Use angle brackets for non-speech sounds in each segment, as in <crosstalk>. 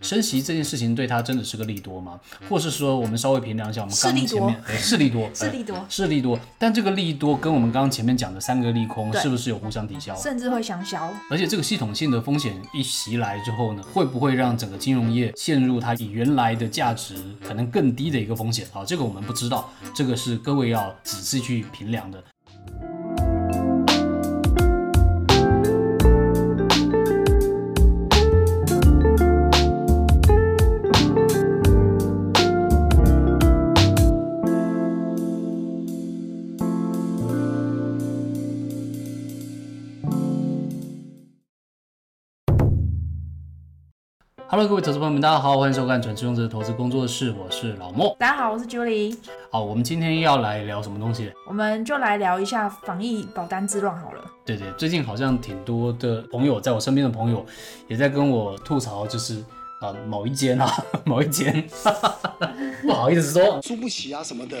升息这件事情对它真的是个利多吗？或是说我们稍微评量一下，我们是刚利刚嗯多前面是利 <laughs> 多，是利多呃是利多，但这个利多跟我们刚刚前面讲的三个利空对是不是有互相抵消？甚至会想消。而且这个系统性的风险一袭来之后呢，会不会让整个金融业陷入它以原来的价值可能更低的一个风险啊？这个我们不知道，这个是各位要仔细去评量的。Hello，各位投资朋友们，大家好，欢迎收看《准持用者投资工作室》，我是老莫。大家好，我是 Julie，好，我们今天要来聊什么东西？我们就来聊一下防疫保单之乱好了。对对，最近好像挺多的朋友，在我身边的朋友也在跟我吐槽，就是啊、某一间啊 <laughs> 某一间，不好意思说，输不起啊什么的。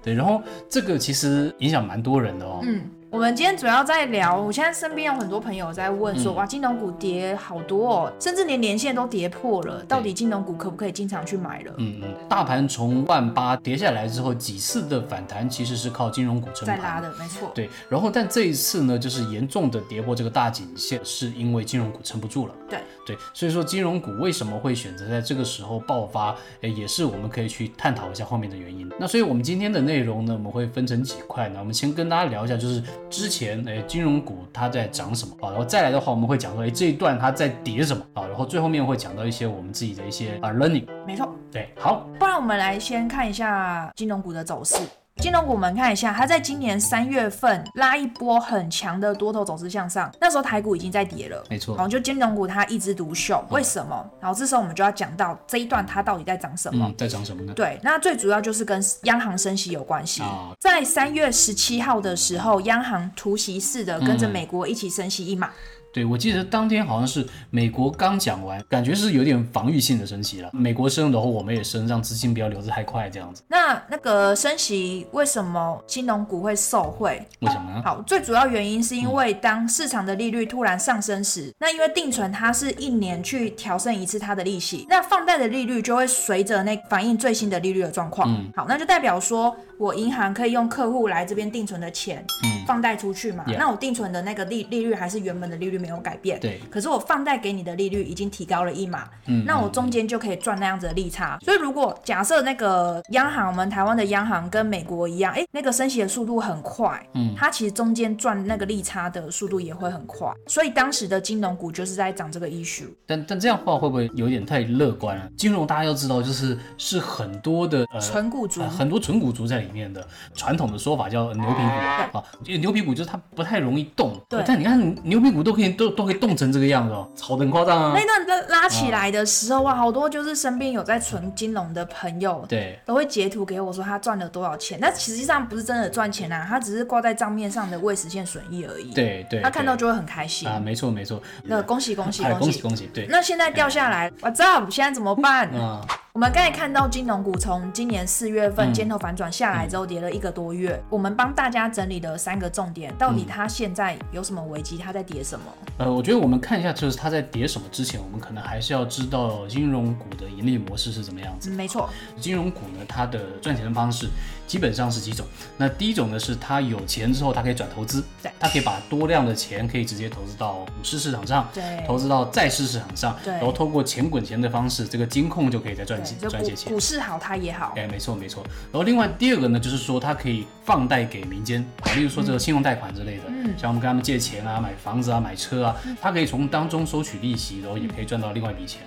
对，然后这个其实影响蛮多人的哦。嗯，我们今天主要在聊，我现在身边有很多朋友在问说，嗯哇，金融股跌好多哦，甚至连年线都跌破了，到底金融股可不可以经常去买了？嗯嗯，大盘从万八跌下来之后，几次的反弹其实是靠金融股撑在盘拉的，没错。对，然后但这一次呢，就是严重的跌破这个大颈线，是因为金融股撑不住了。对对，所以说金融股为什么会选择在这个时候爆发，诶，也是我们可以去探讨一下后面的原因。那所以我们今天的内容呢，我们会分成几块呢，我们先跟大家聊一下，就是之前诶金融股它在涨什么啊，然后再来的话，我们会讲说诶这一段它在跌什么啊，然后最后面会讲到一些我们自己的一些啊 learning。没错。对，好，不然我们来先看一下金融股的走势。金融股，我们看一下，它在今年三月份拉一波很强的多头走势向上，那时候台股已经在跌了，没错然后就金融股它一枝独秀，为什么？然后这时候我们就要讲到这一段它到底在涨什么。嗯，在涨什么呢？对，那最主要就是跟央行升息有关系啊。在三月十七号的时候，央行突袭式的跟着嗯美国一起升息一码，对，我记得当天好像是美国刚讲完，感觉是有点防御性的升息了。美国升，然后我们也升，让资金不要流得太快，这样子。那那个升息为什么金融股会受惠？为什么呢？好，最主要原因是嗯因为当市场的利率突然上升时，那因为定存它是一年去调升一次它的利息，那放贷的利率就会随着那反映最新的利率的状况。嗯好，那就代表说我银行可以用客户来这边定存的钱嗯，放贷出去嘛 Yeah 那我定存的那个利利率还是原本的利率没有改变。对，可是我放贷给你的利率已经提高了一码，嗯那我中间就可以赚那样子的利差。所以如果假设那个央行，我们台湾的央行跟美国一样，诶，那个升息的速度很快，嗯它其实中间赚那个利差的速度也会很快。所以当时的金融股就是在涨这个 issue。但但这样话会不会有点太乐观了？金融大家要知道，就是是很多的呃纯股族呃很多纯股族在里面的。传统的说法叫牛皮股啊，因为牛皮股就是它不太容易动。对但你看牛皮股都可以都都可以动成这个样子哦，炒得很夸张啊那。段拉拉起来的时候，哇，好多就是身边有在存金融的朋友，对，都会截图给我说他赚了多少钱，但实际上不是真的赚钱啊，他只是挂在账面上的未实现损益而已。，对对。他看到对就会很开心。啊，没错没错。那恭喜恭喜哎恭喜！哎恭喜，对。那现在掉下来，我知道现在怎么办？啊，我们刚才看到金融股从今年四月嗯份尖头反转下来之后跌了一个多月，我们帮大家整理的三个重点，到底嗯它现在有什么危机？它在跌什么？呃，我觉得我们看一下，就是它在跌什么之前，我们可能还是要知道金融股的盈利模式是怎么样子。嗯没错，金融股呢，它的赚钱的方式基本上是几种。那第一种呢，是它有钱之后，它可以转投资对，它可以把多量的钱可以直接投资到股市市场上，对投资到债市市场上，对然后通过钱滚钱的方式，这个金控就可以再赚对，就赚一些股钱股。市好它也好，哎，没错没错。然后另外第二个呢，就是说它可以放贷给民间，啊，例如说这个信用贷款之类的，嗯像我们跟他们借钱啊、买房子啊、买车啊，它可以从当中收取利息，然后也嗯可以赚到另外一笔钱。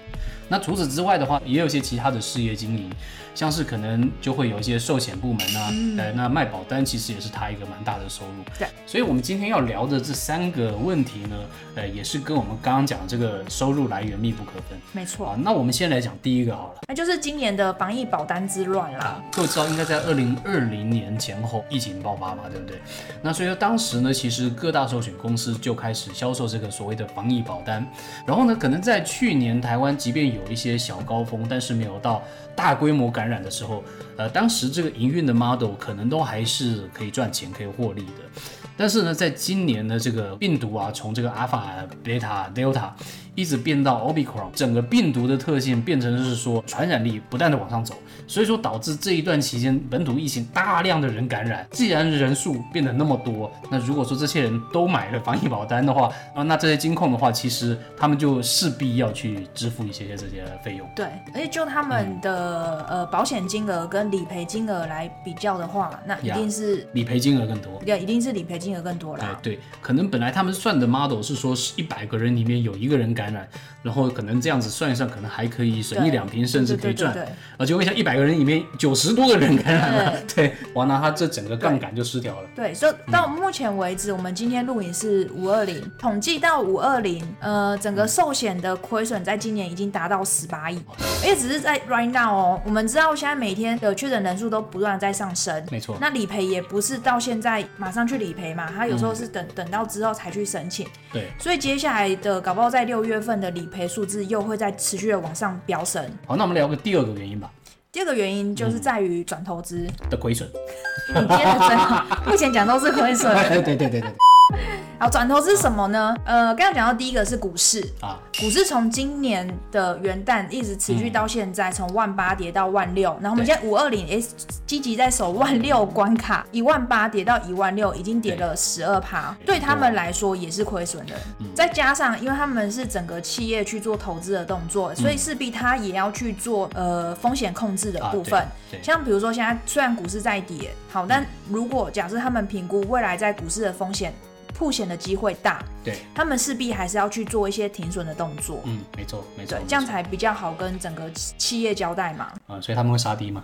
那除此之外的话，也有一些其他的事业经营，像是可能就会有一些寿险部门啊，呃，那卖保单其实也是它一个蛮大的收入。嗯对，所以我们今天要聊的这三个问题呢，呃，也是跟我们刚刚讲的这个收入来源密不可分。没错啊，。那我们先来讲第一个好了。那就就是今年的防疫保单之乱啦。啊，各位知道应该在二零二零年前后疫情爆发嘛，对不对？那所以说当时呢，其实各大寿险公司就开始销售这个所谓的防疫保单。然后呢，可能在去年台湾即便有一些小高峰，但是没有到大规模感染的时候，呃，当时这个营运的 model 可能都还是可以赚钱、可以获利的。但是呢，在今年的这个病毒啊，从这个 Alpha、Beta、Delta 一直变到 Omicron，整个病毒的特性变成是说传染力不断的往上走，所以说导致这一段期间本土疫情大量的人感染。既然人数变得那么多，那如果说这些人都买了防疫保单的话，啊，那这些金控的话，其实他们就势必要去支付一些些这些费用。对，而且就他们的、呃保险金额跟理赔金额来比较的话，那一嗯呀定是理赔金额更多，对，一定是理赔金额更多哎啦，。对，可能本来他们算的 model 是说是一百个人里面有一个人感染，然后可能这样子算一算，可能还可以省一对两瓶，甚至可以赚对对对。而且我想一百个人里面九十多个人感染了，对，哇，那他这整个杠杆就失调了。对，所嗯以到目前为止，我们今天录影是五二零，统计到五二零，呃，整嗯个寿险的亏损在今年已经达到十八亿，而且只是在 right now 哦，我们知道现在每天的确诊人数都不断地在上升，没错那理赔也不是到现在马上去理赔嘛，他有时嗯候是等、等到之后才去申请，对，所以接下来的搞不好在六月份的理赔数字又会再持续的往上飙升。好，那我们聊个第二个原因吧，第二个原因就是嗯在于转投资，的亏 <laughs> 损。你接的 <laughs> 真好，目前讲都是亏损。对对对对对，好，转投资是什么呢？呃，刚才讲到第一个是股市，啊，股市从今年的元旦一直持续到现在，从万八跌到万六，然后我对们现在五二零哎，积极在守万六关卡，一万八跌到一万六，已经跌了十二趴，对他们来说也是亏损的。再加上，因为他们是整个企业去做投资的动作，所以势必他也要去做呃风险控制的啊部分。对对像比如说现在虽然股市在跌，好，但如果假设他们评估未来在股市的风险。破险的机会大，对，他们势必还是要去做一些停损的动作。嗯，没错没错对，，这样才比较好跟整个企业交代嘛。啊，所以他们会杀低嘛。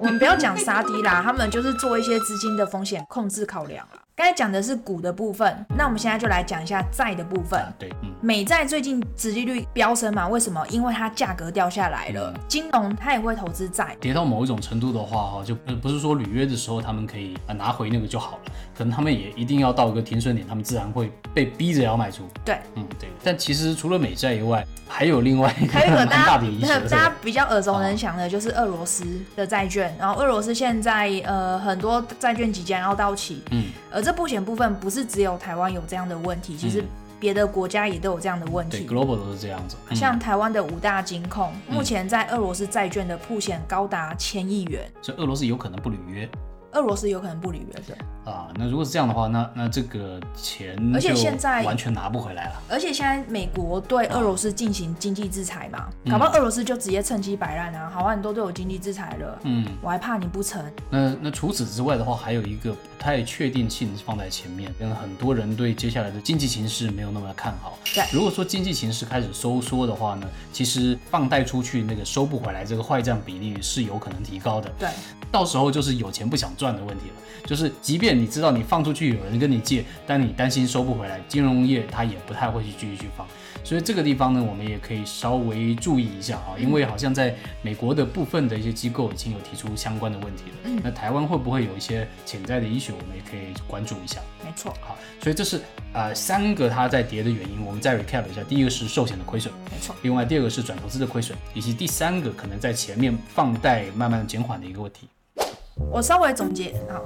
我们不要讲杀低啦，他们就是做一些资金的风险控制考量啦。啊刚才讲的是股的部分，那我们现在就来讲一下债的部分。啊，对，嗯，美债最近殖利率飙升嘛？为什么？因为它价格掉下来了。嗯金融它也会投资债，跌到某一种程度的话，哈，就呃不是说履约的时候他们可以啊拿回那个就好了，可能他们也一定要到一个停损点，他们自然会被逼着要卖出。对，嗯，对。但其实除了美债以外，还有另外一个还有一个 <laughs> 蛮大大家的疑大点。家比较耳熟能详的就是俄罗斯的债券，然后俄罗斯现在呃很多债券即将要到期，嗯，而这破险部分不是只有台湾有这样的问题，其实嗯别的国家也都有这样的问对题。 ，global 都是这样子。嗯像台湾的五大金控，目前在俄罗斯债券的破险高达千亿元，所以俄罗斯有可能不履约俄罗斯有可能不履约的。啊。那如果是这样的话，那那这个钱而且就现在完全拿不回来了。而且现在美国对嗯俄罗斯进行经济制裁嘛，搞不好俄罗斯就直接趁机摆烂啊！好啊，你都对我经济制裁了，嗯，我还怕你不成？那那除此之外的话，还有一个不太确定性放在前面，因为很多人对接下来的经济形势没有那么看好。对如果说经济形势开始收缩的话呢，其实放贷出去那个收不回来这个坏账比例是有可能提高的。对，到时候就是有钱不想赚的问题了。就是即便你知道你放出去有人跟你借，但你担心收不回来，金融业它也不太会去继续去放。所以这个地方呢，我们也可以稍微注意一下啊，因为好像在美国的部分的一些机构已经有提出相关的问题了。那台湾会不会有一些潜在的医学，我们也可以关注一下。没错，好，所以这是呃三个它在跌的原因，我们再 recap 一下。第一个是寿险的亏损，没错。另外第二个是转投资的亏损，以及第三个可能在前面放贷慢慢减缓的一个问题。我稍微总结好。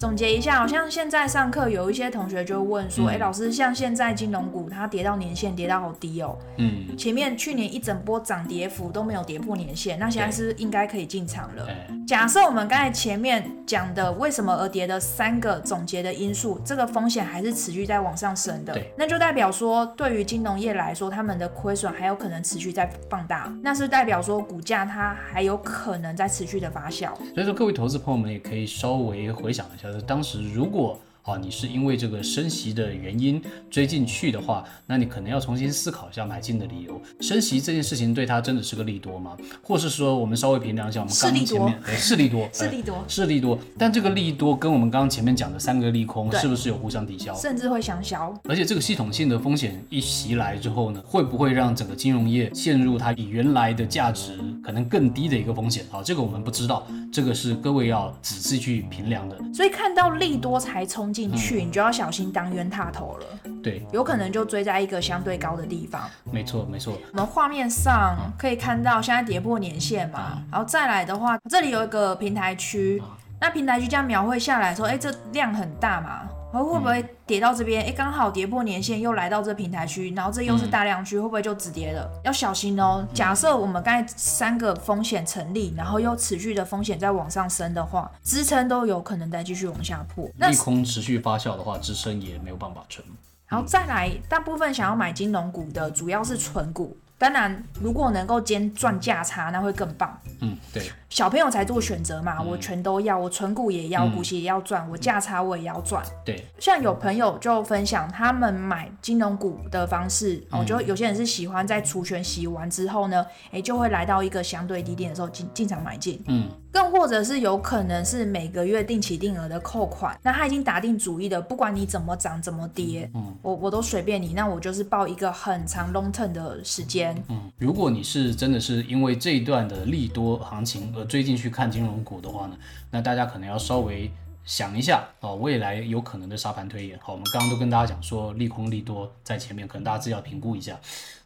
总结一下，好像现在上课有一些同学就问说：“哎、老师，像现在金融股它跌到年线跌到好低哦，嗯，前面去年一整波涨跌幅都没有跌破年线，那现在是不是应该可以进场了。哎、假设我们刚才前面讲的为什么而跌的三个总结的因素，这个风险还是持续在往上升的对，那就代表说，对于金融业来说，他们的亏损还有可能持续在放大，那是代表说股价它还有可能在持续的发酵。所以说，各位投资朋友们也可以稍微回想一下，就当时如果啊，你是因为这个升息的原因追进去的话，那你可能要重新思考一下买进的理由。升息这件事情对它真的是个利多吗？或是说我们稍微评量一下，我们刚刚前面哎是利多，哎 <laughs> 是利多，是利多，但这个利多跟我们刚刚前面讲的三个利空对是不是有互相抵消？甚至会想消。而且这个系统性的风险一袭来之后呢，会不会让整个金融业陷入它比原来的价值可能更低的一个风险啊？这个我们不知道，这个是各位要仔细去评量的。所以看到利多才冲进去，你就要小心当冤大头了，对，有可能就追在一个相对高的地方。没错，没错。我们画面上可以看到现在跌破年线嘛，然后再来的话，这里有一个平台区，那平台区这样描绘下来说，哎、这量很大嘛，然后会不会跌到这边？哎、刚好跌破年线，又来到这平台区，然后这又是大量区，会不会就止跌了？要小心哦。假设我们刚才三个风险成立，然后又持续的风险在往上升的话，支撑都有可能再继续往下破。那利空持续发酵的话，支撑也没有办法撑。然后再来，大部分想要买金融股的主要是纯股，当然如果能够兼赚价差，那会更棒。嗯，对，小朋友才做选择嘛，我全都要，我纯股也要，股息也要赚，我价差我也要赚。对，像有朋友就分享他们买金融股的方式，嗯哦，就有些人是喜欢在除权洗完之后呢，诶，就会来到一个相对低点的时候进进场买进，嗯，更或者是有可能是每个月定期定额的扣款，那他已经打定主意的，不管你怎么涨怎么跌，嗯，我我都随便你，那我就是报一个很长 long term 的时间，嗯，如果你是真的是因为这一段的利多行情而追进去看金融股的话呢，那大家可能要稍微想一下啊、未来有可能的沙盘推演。好，我们刚刚都跟大家讲说利空利多在前面，可能大家自己要评估一下。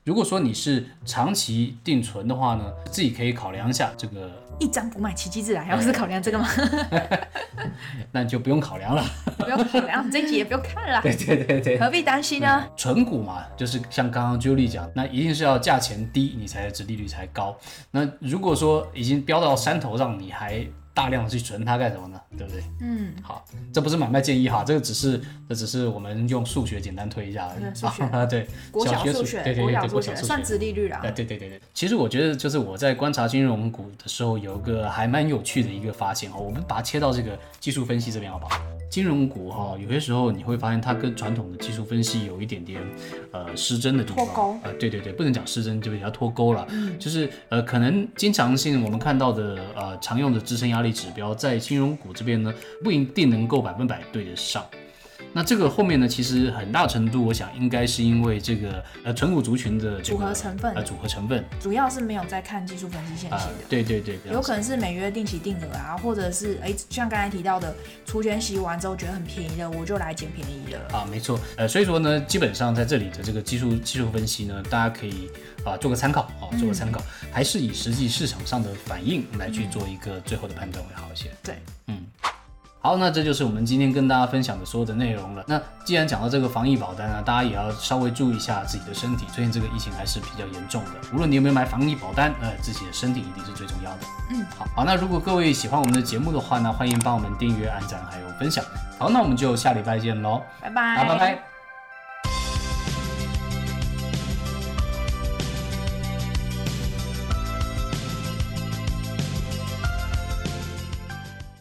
如果说你是长期定存的话呢，自己可以考量一下这个， <laughs> 一张不买奇迹自来，还要是考量这个吗？ <laughs> 那你就不用考量了。 <laughs> 不用考量，这一集也不用看了，对对对对。何必担心呢？纯股嘛，就是像刚刚 Julie 讲，那一定是要价钱低，你才值利率才高。那如果说已经飙到山头上，你还大量的去存它干什么呢？对不对？嗯，好，这不是买卖建议哈，这个只是这只是我们用数学简单推一下而嗯已。数学啊， <laughs> 对，国小学数学，对对国对小对，国数小学数学算殖利率啦啊，。对对对对，其实我觉得就是我在观察金融股的时候，有一个还蛮有趣的一个发现哦。我们把它切到这个技术分析这边，好不好？金融股哈、有些时候你会发现它跟传统的技术分析有一点点呃失真的地方。脱钩嗯呃，对对对，不能讲失真，就比较脱钩了。就是呃，可能经常性我们看到的呃常用的支撑压力指标，在金融股这边呢，不一定能够百分百对得上。那这个后面呢，其实很大程度，我想应该是因为这个呃纯股族群的这个组合成分呃组合成分主要是没有在看技术分析线啊、型的。对对对，这样有子可能是每月定期定额啊，或者是哎、像刚才提到的，除权息完之后觉得很便宜的，我就来捡便宜的。啊，没错，呃，所以说呢，基本上在这里的这个技术技术分析呢，大家可以啊做个参考啊，嗯做个参考，还是以实际市场上的反应来去做一个最后的判断会好一些。对，嗯。好，那这就是我们今天跟大家分享的所有的内容了。那既然讲到这个防疫保单啊，大家也要稍微注意一下自己的身体。最近这个疫情还是比较严重的，无论你有没有买防疫保单，呃，自己的身体一定是最重要的。嗯，好，好，那如果各位喜欢我们的节目的话呢，欢迎帮我们订阅、按赞还有分享。好，那我们就下礼拜见喽。拜拜，好，拜拜。